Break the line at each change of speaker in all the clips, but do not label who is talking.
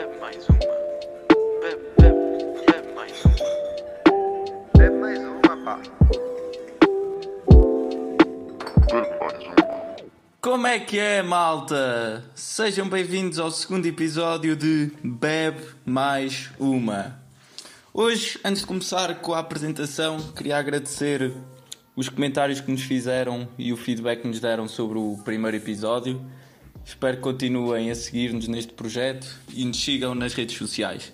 É mais uma. Bebe, bebe, bebe mais uma. Bebe É mais uma, pá.
Como é que é, malta? Sejam bem-vindos ao segundo episódio de Bebe Mais Uma. Hoje, antes de começar com a apresentação, queria agradecer os comentários que nos fizeram e o feedback que nos deram sobre o primeiro episódio. Espero que continuem a seguir-nos neste projeto e nos sigam nas redes sociais.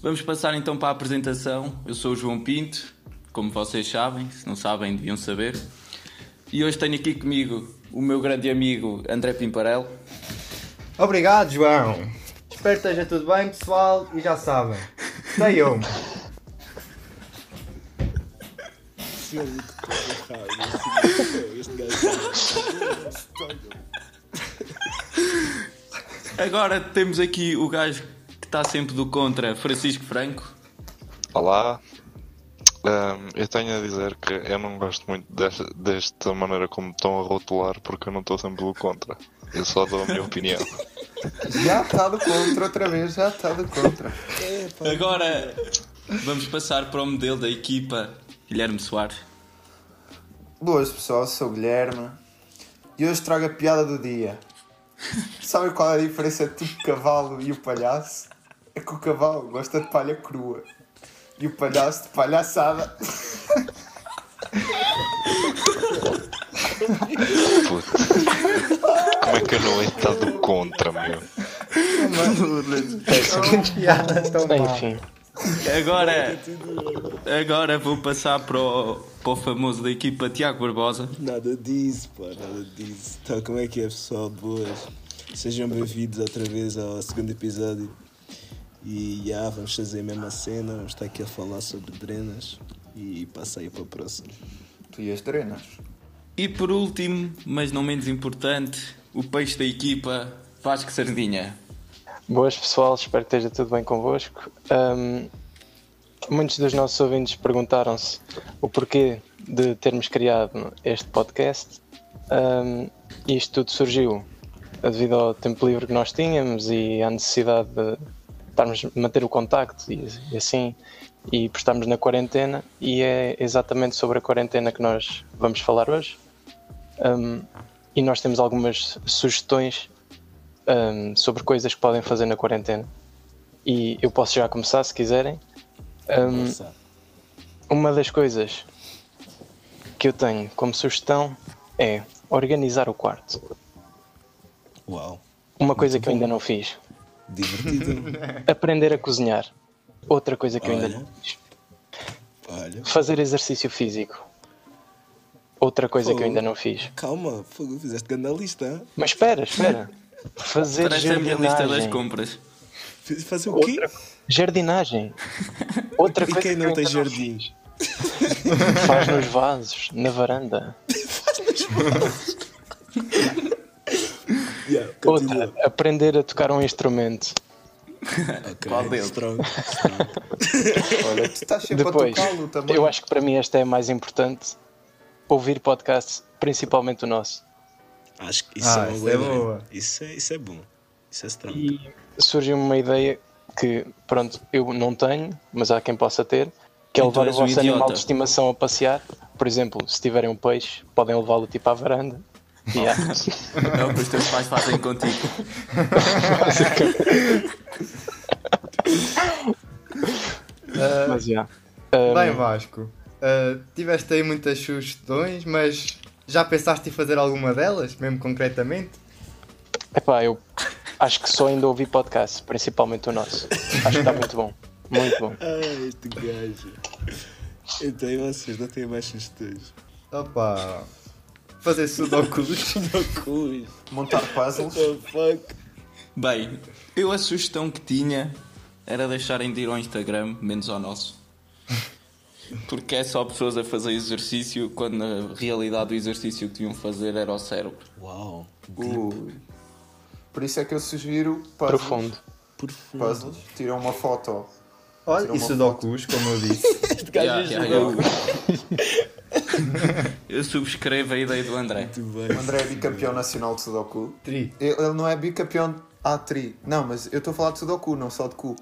Vamos passar então para a apresentação. Eu sou o João Pinto, como vocês sabem, se não sabem, deviam saber. E hoje tenho aqui comigo o meu grande amigo André Pimparel.
Obrigado, João. Espero que esteja tudo bem, pessoal, e já sabem. Stay home.
Agora temos aqui o gajo que está sempre do contra, Francisco Franco.
Olá. Ahm, eu tenho a dizer que eu não gosto muito desta, desta maneira como estão a rotular porque eu não estou sempre do contra. Eu só dou a minha opinião.
Já está do contra, outra vez, já está do contra.
Agora vamos passar para o modelo da equipa, Guilherme Soares.
Boas, pessoal, sou o Guilherme. E hoje trago a piada do dia. Sabem qual é a diferença entre o cavalo e o palhaço? É que o cavalo gosta de palha crua e o palhaço de palhaçada.
Puto. Como é que eu não hei de estar do contra, meu?
Piada tão má.
Agora, agora vou passar para o, para o famoso da equipa, Tiago Barbosa.
Nada disso, pá, nada disso. Então, como é que é, pessoal? Boas. Sejam bem-vindos outra vez ao segundo episódio. E já, vamos fazer a mesma cena. Vamos estar aqui a falar sobre drenas. E passa aí para o próximo.
Tu e as drenas.
E por último, mas não menos importante, o peixe da equipa, Vasco Sardinha.
Boas pessoal, espero que esteja tudo bem convosco. Ahm, muitos dos nossos ouvintes perguntaram-se o porquê de termos criado este podcast. Ahm, isto tudo surgiu devido ao tempo livre que nós tínhamos e à necessidade de estarmos manter o contacto e, e assim e por estarmos na quarentena e é exatamente sobre a quarentena que nós vamos falar hoje. Ahm, e nós temos algumas sugestões hum, sobre coisas que podem fazer na quarentena. E eu posso já começar se quiserem. Hum,
Começar.
uma das coisas que eu tenho como sugestão é organizar o quarto.
Uau,
Uma coisa que eu ainda não fiz.
divertido.
Aprender a cozinhar. Outra coisa que eu ainda
Olha.
não fiz.
Olha,
Fazer exercício físico. Outra coisa que eu ainda não fiz.
calma, fogo, fizeste grande a lista. hã?
Mas espera, espera. Fazer
Parece a minha
jardinagem.
lista das compras.
Fiz- Fazer o quê?
Jardinagem. Outra
E
coisa
quem
que eu
não tem
ainda
jardim?
Faz nos vasos, na varanda.
Yeah,
Outra,
continua.
aprender a tocar um instrumento.
Ok,
Qual deles?
strong.
Olha, tu estás sempre
Depois,
a tocá-lo também.
eu acho que para mim esta é a mais importante. Ouvir podcasts, principalmente o nosso.
Acho que isso
Ah,
é uma
isso
boa.
é
ideia.
boa.
Isso é, isso é bom. Isso é strong.
E surgiu uma ideia que, pronto, eu não tenho, mas há quem possa ter, que é
Então
levar o
és um
vosso animal
idiota.
de estimação a passear. Por exemplo, se tiverem um peixe, podem levá-lo tipo à varanda. E há-
É o que os teus pais fazem contigo.
mas já.
Bem, Vasco, ah, tiveste aí muitas sugestões, mas já pensaste em fazer alguma delas, mesmo concretamente?
Epá, eu acho que só ainda ouvi podcasts, principalmente o nosso. Acho que está muito bom. Muito bom.
Ai, este gajo. Então, e vocês não têm mais sugestões?
Opa! Fazer sudokus?
Ui,
Montar puzzles.
the fuck?
Bem, eu a sugestão que tinha era deixarem de ir ao Instagram, menos ao nosso. Porque é só pessoas a fazer exercício quando na realidade o exercício que deviam fazer era o cérebro.
Uau,
Ui. Por isso é que eu sugiro puzzles.
Profundo.
Puzzles. Tiram uma foto.
Olha, e sudokus, como eu disse.
este gajo
Yeah,
é
yeah, eu... eu subscrevo a ideia do André.
muito
O
bem.
André é bicampeão nacional de Sudoku.
Tri.
Ele ele não é bicampeão Ah, tri. Não, mas eu estou a falar de Sudoku, não só de cu.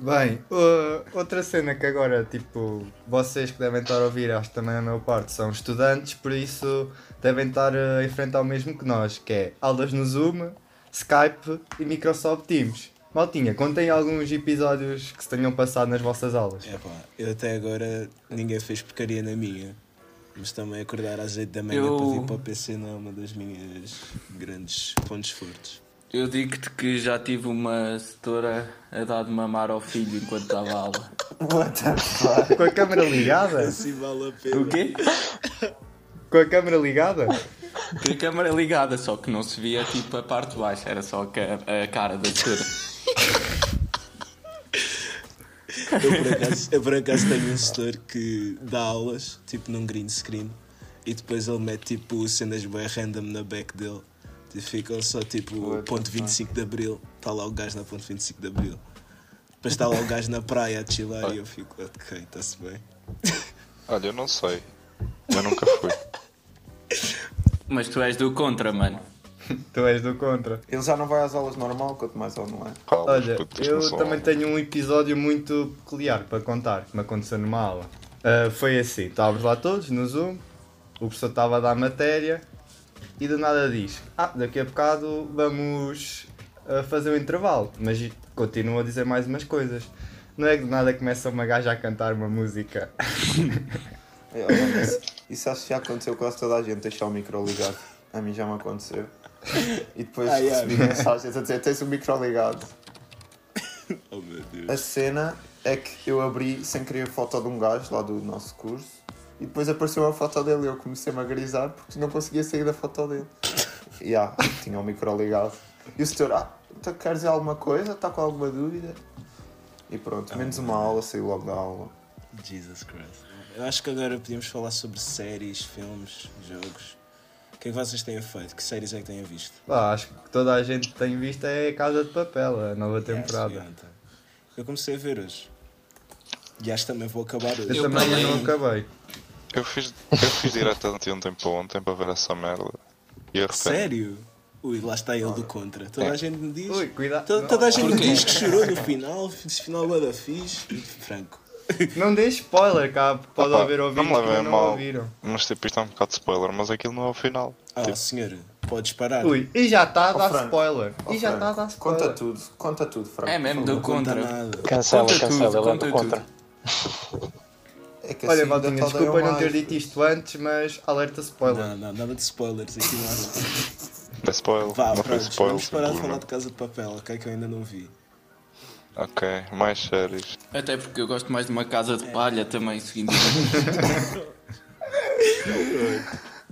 Bem, o- outra cena que agora, tipo, vocês que devem estar a ouvir, acho que também a maior parte são estudantes, por isso devem estar eh, a enfrentar o mesmo que nós, que é aulas no Zoom, Skype e Microsoft Teams. Maltinha, contem alguns episódios que se tenham passado nas vossas aulas.
Epá, eu até agora ninguém fez porcaria na minha. Mas também acordar às 8 da manhã
Eu-
para vir para o PC não é uma das minhas grandes pontos fortes.
Eu digo-te que já tive uma setora a dar de mamar ao filho enquanto dava aula.
What the fuck?
Com a câmera ligada?
Assim vale a pena.
O quê?
Com a câmera ligada?
Com a câmera é ligada, só que não se via tipo a parte de baixo, era só a ca- a cara da setora.
Eu por, acaso, eu por acaso tenho um setor que dá aulas, tipo num green screen, e depois ele mete tipo cenas bem random na back dele. E ficam só tipo ponto 25 de Abril, está lá o gajo na ponto 25 de Abril. Depois está lá o gajo na praia a chilar e eu fico, ok, está-se bem.
Olha, eu não sei. Eu nunca fui.
Mas tu és do contra, mano.
Tu és do contra.
Ele já não vai às aulas normal, quanto mais é. online.
Calma,
Olha,
puto, isto não
eu
são
também tenho um episódio muito peculiar para contar que me aconteceu numa aula. Ah, foi assim: estávamos lá todos no Zoom, o professor estava a dar matéria e do nada diz: Ah, daqui a bocado vamos ah, fazer um intervalo. Mas continua a dizer mais umas coisas. Não é que do nada começa uma gaja a cantar uma música.
É, olha, mas Isso, isso acho que já aconteceu com quase toda a gente, deixar o micro ligado. A mim já me aconteceu. E depois
Ai, ai.
recebi mensagens a dizer: tens o micro ligado.
Oh meu Deus.
A cena é que eu abri sem querer a foto de um gajo lá do nosso curso e depois apareceu uma foto dele e eu comecei-me a grisar porque não conseguia sair da foto dele. E ah, tinha o micro ligado. E o senhor, ah, então quer dizer alguma coisa? Está com alguma dúvida? E pronto, menos uma aula, saí logo da aula.
Jesus Christ. Eu acho que agora podíamos falar sobre séries, filmes, jogos. O que é que vocês têm feito? Que séries é que têm visto?
Pá, acho que toda a gente tem visto é Casa de Papel, a nova
Acho
temporada.
que ontem. Eu comecei a ver hoje. E acho que também vou acabar hoje.
Eu também ainda não acabei.
Eu fiz, eu fiz direto de ontem para ontem para ver essa merda. E eu
Sério? Ui, lá está ele do contra. Toda
É.
a gente me diz.
Ui, cuidado.
Toda, toda a gente me diz que chorou no final, disse final bada fixe. Franco.
Não dê spoiler, cá pode
Opa,
haver ouvido
não me
que ainda
levem a
não
mal.
ouviram.
Mas tipo, isto é um bocado de spoiler, mas aquilo não é o final.
Ah,
Tipo,
senhora, podes parar.
Ui, e já está a
Oh,
dar
Franco.
spoiler.
Oh,
e já está a
Franco,
dar spoiler.
Conta tudo, conta tudo, Franco.
É mesmo do
não conta
contra.
nada.
Cancela,
Conta tudo,
cancela, ele é
conta
do
tudo.
contra.
É que
Olha,
assim
Maltinha,
ainda te odeiam
desculpa não ter
mais.
dito isto antes, mas alerta spoiler.
Não, não, nada de spoilers aqui não há spoilers.
é spoiler.
Vá,
não foi
pronto,
spoiler.
vamos parar de falar
simplesmente.
de Casa de Papel, ok? Que eu ainda não vi.
Ok, mais séries.
Até porque eu gosto mais de uma casa de palha também, seguindo.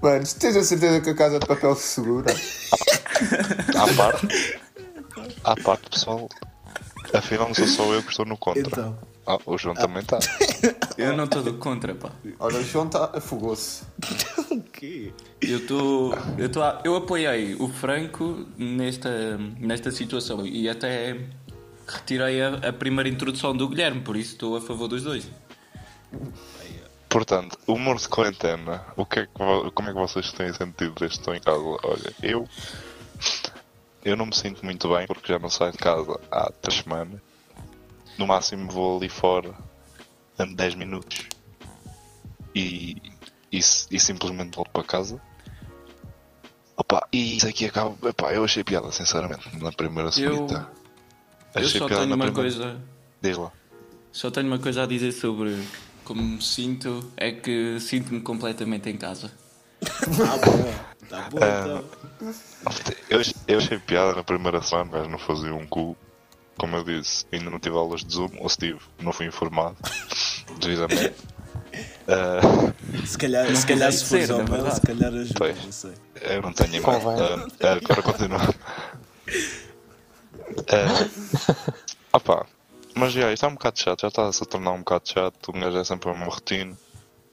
Mano, se tens a certeza que a casa de papel se segura?
À parte. À parte, pessoal. Afinal, não sou só eu que estou no contra.
Então,
Ah, o João também está.
Eu não estou do contra, pá.
Olha, o João tá, afogou-se.
o quê?
Eu estou. Eu, tô a- eu apoiei o Franco nesta, nesta situação e até retirei a, a primeira introdução do Guilherme, por isso estou a favor dos dois.
Portanto, humor de quarentena. O que é que, vo- como é que vocês têm sentido desde que estão em casa? Olha, eu. Eu não me sinto muito bem porque já não saio de casa há três semanas. No máximo vou ali fora em 10 minutos e, e, s- e simplesmente volto para casa. Opa, e isso aqui acaba. Epá, eu achei piada, sinceramente, na primeira
Eu,
semana.
eu
tá. Achei
só
piada
tenho
na
uma
primeira-
coisa.
Diz lá.
Só tenho uma coisa a dizer sobre como me sinto, é que sinto-me completamente em casa.
Tá bom, tá bom
Ah.
então.
Eu, eu achei piada na primeira semana, mas não fazia um cu. Como eu disse, ainda não tive aulas de Zoom, ou se tive, não fui informado devidamente. Ah,
Se calhar, se,
Não
calhar
tem
se
que
fores
ser,
ao
na
mail,
verdade.
se calhar ajuda,
Pois.
não sei.
eu não tenho e-mail.
Convém.
Ah, agora continua. Ah, opá, mas já, isto é um bocado chato, já está a se tornar um bocado chato. Um gajo é sempre uma rotina.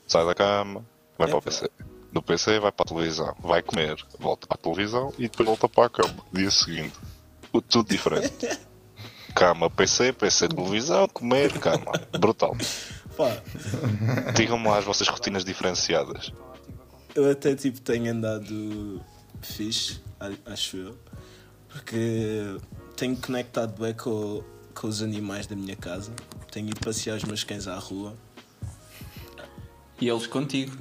Sai da cama, vai para o
Epá.
PC. Do PC vai para a televisão, vai comer, volta para a televisão e depois volta para a cama. Dia seguinte. O- Tudo diferente. Cama, PC, PC, televisão, comer, cama. Brutal.
Pá,
Digam-me lá as vossas rotinas diferenciadas.
eu até tipo tenho andado fixe, a- acho eu, porque tenho conectado bem com, com os animais da minha casa. Tenho ido passear os meus cães à rua
E eles contigo.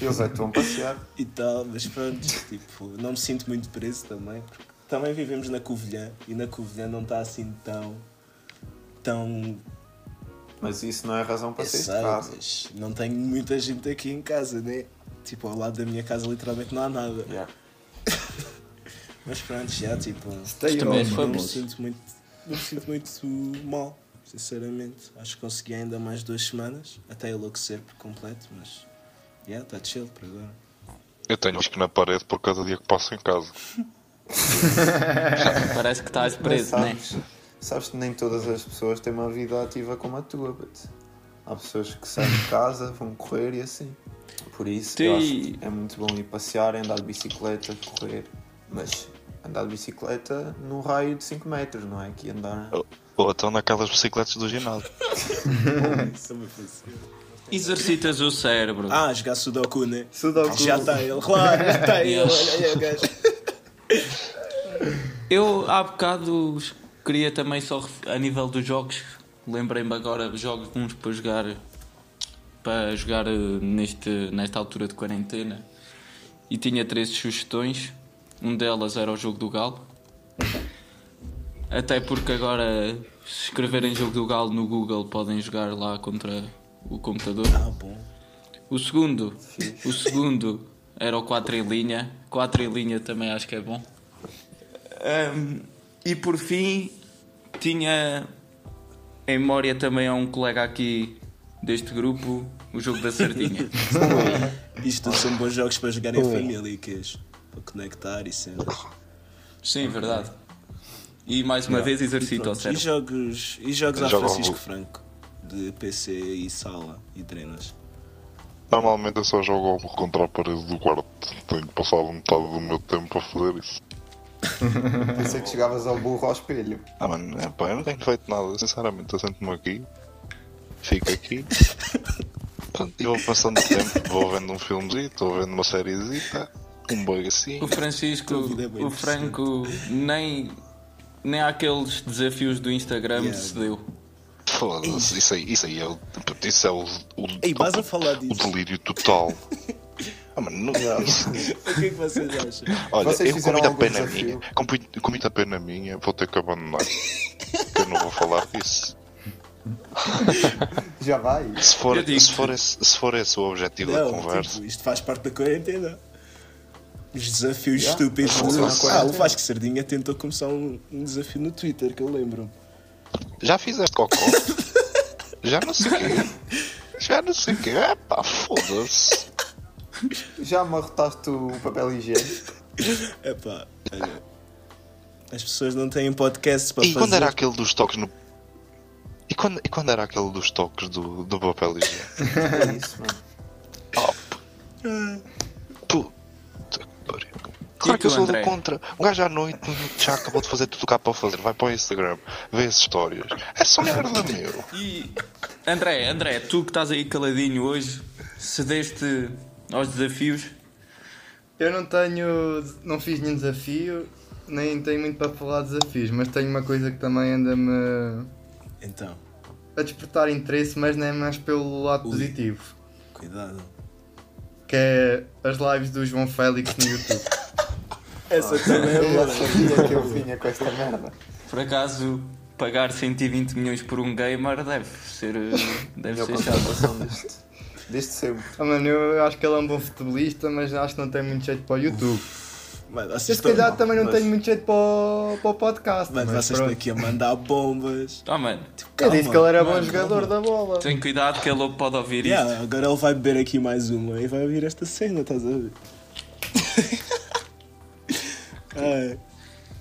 Eles é que vão passear.
e tal, mas pronto, tipo, não me sinto muito preso também, porque também vivemos na Covilhã e na Covilhã não está assim tão. tão
Mas isso não é razão para
Eu
sair de
sei,
casa.
mas não tenho muita gente aqui em casa, né? Tipo, ao lado da minha casa literalmente não há nada.
Yeah.
Mas pronto, já, tipo,
Tu também és
não me
famoso.
sinto muito, não me sinto muito mal, sinceramente. Acho que consegui ainda mais duas semanas, até enlouquecer por completo, mas, yeah, está chill por agora.
Eu tenho isco na parede por cada dia que passo em casa.
Parece que estás preso, não é?
sabes, sabes que nem todas as pessoas têm uma vida ativa como a tua, but há pessoas que saem de casa, vão correr e assim. Por isso eu acho
Sim.
que é muito bom ir passear, andar de bicicleta, correr. Mas andar de bicicleta num raio de 5 metros, não é? Que andar.
Ou- Ou então naquelas bicicletas do ginásio.
Isso me fazia.
Exercitas o cérebro.
Ah, jogar Sudoku, né?
Sudoku.
Já está ele, claro, já está ele,
Yeah.
olha aí o gajo.
Eu há bocado queria também só ref- a nível dos jogos, lembrei-me agora de jogos uns para jogar para jogar eh, neste, nesta altura de quarentena e tinha três sugestões. Um delas era o jogo do Galo. Até porque agora se escreverem jogo do Galo no Google podem jogar lá contra o computador.
Ah, bom.
O segundo, o segundo era o 4 em linha. 4 em linha também acho que é bom. Ahm, e por fim, tinha em memória também a um colega aqui deste grupo o jogo da sardinha.
Isto são bons jogos para jogar em família, que és, para conectar e cenas.
Sim, verdade. E mais uma vez exercito ao
Pronto,
cérebro.
e jogos, e jogos a
Joga ao
Francisco
Hulk.
Franco, de PC e sala e drenas.
Normalmente eu só jogo ao- contra a parede do quarto. Tenho passado metade do meu tempo a fazer isso.
Pensei que chegavas ao burro ao espelho.
Ah, mano, é, pá, eu não tenho feito nada. Sinceramente, eu sento-me aqui. Fico aqui. Pronto, e vou passando o tempo. Vou vendo um filmezito, vou vendo uma sériezita. Um bug assim.
O Francisco,
Tua vida é bem
o Franco, nem, nem àqueles desafios do Instagram
Yeah.
se deu.
Foda-se, isso aí, isso aí é o. Isso é o. o
Ei, vais a falar
O
disso?
delírio total. Ah, mano, não,
O que é que vocês acham?
Olha,
Vocês
eu com
fizeram
muita
algum
pena
desafio?
minha, com, pui- com muita pena minha, vou ter que abandonar. Porque eu não vou falar disso.
Já vai.
Se for,
Eu digo-te.
se for, esse, se for esse o objetivo da
Não,
conversa,
tipo, isto faz parte da quarentena. Os desafios
Yeah.
estúpidos.
Fazer uma
Ah,
quarentena.
o Vasco Sardinha tentou começar um, um desafio no Twitter, que eu lembro.
tipo-
já fizeste cocó? já não sei o quê. Já não sei o quê. É pá, foda-se.
Já amarrotaste o papel higiênico?
É pá, olha. As pessoas não têm podcasts para
E
fazer.
quando era aquele dos toques no. E quando, e quando era aquele dos toques do, do papel higiênico?
É isso, mano.
Puta que pariu. Claro que eu
tu,
sou do
André?
contra. Um gajo à noite já acabou de fazer tudo o que há para fazer. Vai para o Instagram, vê as histórias. É só merda, meu.
E André, André, tu que estás aí caladinho hoje, cedeste aos desafios.
Eu não tenho. não fiz nenhum desafio, nem tenho muito para falar de desafios, mas tenho uma coisa que também anda-me
Então,
a despertar interesse, mas nem mais pelo lado
Ui.
positivo.
cuidado.
Que é as lives do João Félix no YouTube.
Essa também é
Eu já
boa.
sabia que eu vinha com esta merda.
Por acaso, pagar 120 milhões por um gamer deve ser, eh, deve
Minha
ser chato.
contratação deste, deste sempre.
Ah, mano, eu acho que ele é um bom futebolista, mas acho que não tem muito jeito para o YouTube.
Mano,
Eu,
vocês
se
estão-
calhar também não
mas-
tenho muito jeito para o, para o podcast.
Mano,
mas
vocês estão
pronto.
aqui a mandar bombas.
Ah, mano,
Eu disse que ele era bom
Mano,
jogador da bola.
tem cuidado que ele lobo pode ouvir isto.
Yeah, agora ele vai beber aqui mais uma e vai ouvir esta cena, estás a ver? Ai,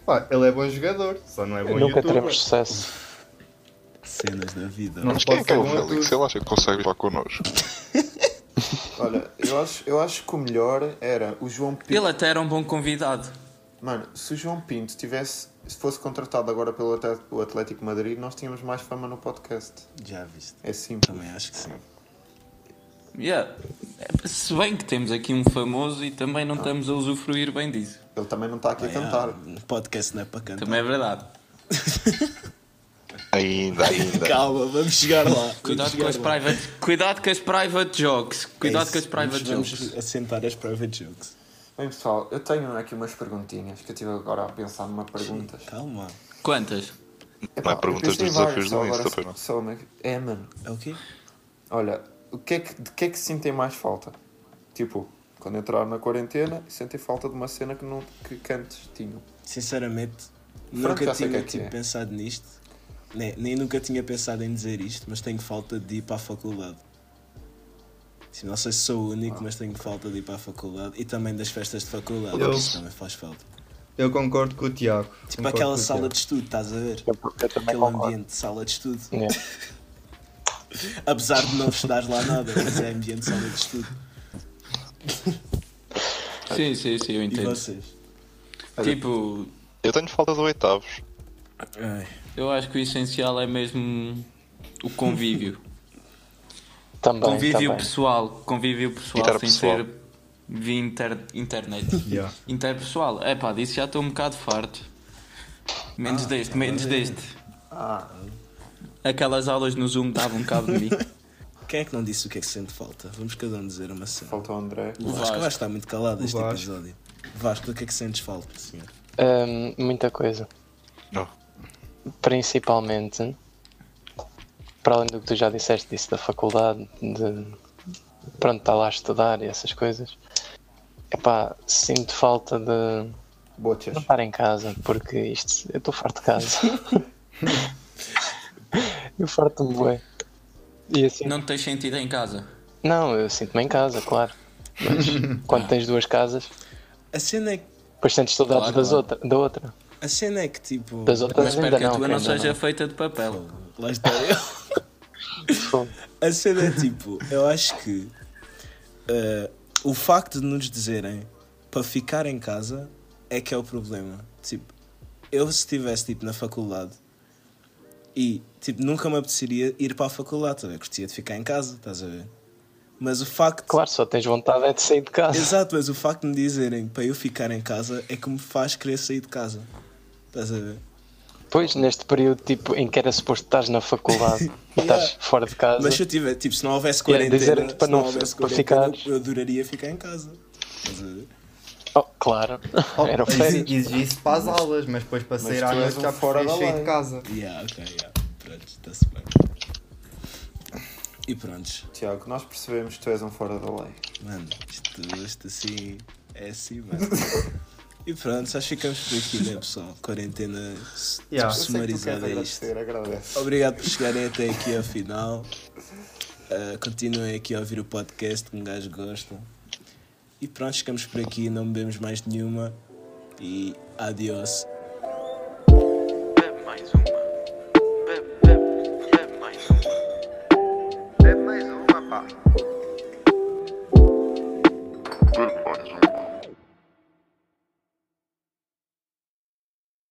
Pá, ele é bom jogador, só não é bom
Nunca
youtuber.
teremos sucesso.
cenas da vida.
Não
Mas quem é
pode
que é
ser
o
bom a
Félix?
tudo.
Ele acha que consegue falar connosco.
Olha, eu acho, eu acho que o melhor era o João Pinto.
Ele até era um bom convidado.
Mano, se o João Pinto tivesse, se fosse contratado agora pelo Ate- o Atlético de Madrid, nós tínhamos mais fama no podcast.
Já viste?
É simples.
Também acho que sim.
Yeah. É, Se bem que temos aqui um famoso e também não estamos a usufruir bem disso.
Ele também não está aqui a cantar.
Ah, podcast não é para cantar.
Também é verdade.
Ainda, ainda.
Calma, vamos chegar lá. Vamos
Cuidado com
chegar
as
lá.
private, cuidado com as private jokes.
É
Cuidado
isso,
com as private
vamos,
jokes.
Vamos assentar as private jokes.
Bem pessoal, eu tenho aqui umas perguntinhas que eu estive agora a pensar numa perguntas.
Calma.
Quantas?
Não é
eu
perguntas
pensei
dos
em
desafios
várias, só
do Insta,
agora
pois não?
só uma- É, mano.
É o quê?
Olha, o que é que, de que é que sentem mais falta? Tipo, quando entrar na quarentena, sentem falta de uma cena que, não, que, que antes tinham.
Sinceramente,
já
nunca
sei
tinha
o que é que
tipo,
é.
pensado nisto. Nem, nem nunca tinha pensado em dizer isto, mas tenho falta de ir para a faculdade. Sim, não sei se sou o único, mas tenho falta de ir para a faculdade e também das festas de faculdade.
Eu-
Isso também faz falta.
Eu concordo com o Tiago.
Tipo
concordo
aquela
com o é.
sala
Tiago.
de estudo, estás a ver?
Eu, eu também
é
Aquele
concordo.
ambiente de sala de estudo.
um
Yeah.
Apesar de não estudar lá nada, mas é ambiente de sala de estudo.
Sim, sim, sim, eu
E
entendo.
vocês?
Tipo,
Eu tenho falta de oitavos.
eu acho que o essencial é mesmo o convívio.
Também,
Convívio
também.
pessoal, convívio pessoal sem
Interpessoal.
ser via inter- internet.
Yeah.
Interpessoal, é pá, disso já estou um bocado farto. Menos deste, menos deste. Aquelas aulas no Zoom davam um cabo de mim.
Quem é que não disse o que é que sente falta? Vamos cada um dizer uma cena.
Falta o André.
O Vasco,
Vasco.
vai estar muito calado este
Vasco.
episódio. Vasco, do que é que sentes falta, senhor?
Hum, muita coisa.
Não.
Oh.
Principalmente, para além do que tu já disseste disso da faculdade, de pronto, estar lá a estudar e essas coisas. Epá, sinto falta de
Bochas.
não estar em casa, porque isto, eu estou farto de casa. eu farto-me bué. E assim, não,
Não te tens sentido em casa?
eu sinto-me em casa, claro. Mas quando tens duas casas,
A cena é que,
depois sentes saudades
Claro,
das
claro.
outra, da outra.
a cena é que tipo.
Das
Mas
outras
espero
ainda
que a
não.
tua não
ainda
seja feita de papel.
Lá está eu.
Fogo.
A cena é tipo, eu acho que eh, o facto de nos dizerem para ficar em casa é que é o problema. Tipo, eu se estivesse tipo, na faculdade e tipo, nunca me apeteceria ir para a faculdade, estás a ver? Curtia de ficar em casa, estás a ver? Mas o facto.
Claro, só tens vontade é de sair de casa.
Exato, mas o facto de me dizerem para eu ficar em casa é que me faz querer sair de casa. Estás a ver?
Pois, neste período tipo, em que era suposto estás na faculdade e estás fora de casa.
Mas se eu tiver, tipo, se não houvesse
Yeah,
quarentena,
dizerem-te para
se não
não-
houvesse
para
quarentena,
ficares.
eu, eu adoraria ficar em casa. Estás a ver?
Oh, claro, era o
Exi-
férias.
Exigisse para as aulas, mas depois para sair à
tu és
noite
um
já
fora
preferias
da
sair
lei.
de casa.
Yeah, ok, yeah. Pronto, está-se bem. E pronto, tipo,
Tiago, nós percebemos que tu és um fora da lei.
mano, isto, isto assim é assim, mano. E pronto, acho que ficamos por aqui, né, pessoal? Quarentena s-
Yeah.
tipo,
Eu sei que tu queres
sumarizada é isto.
agradecer, agradeço.
Obrigado por chegarem até aqui ao final. Uh, continuem aqui a ouvir o podcast que um gajo gosta. E pronto, chegamos por aqui, não bebemos mais nenhuma. E adiós.
Bebe É mais uma. É, Bebe, bebe, bebe mais uma. Bebe mais uma, pá.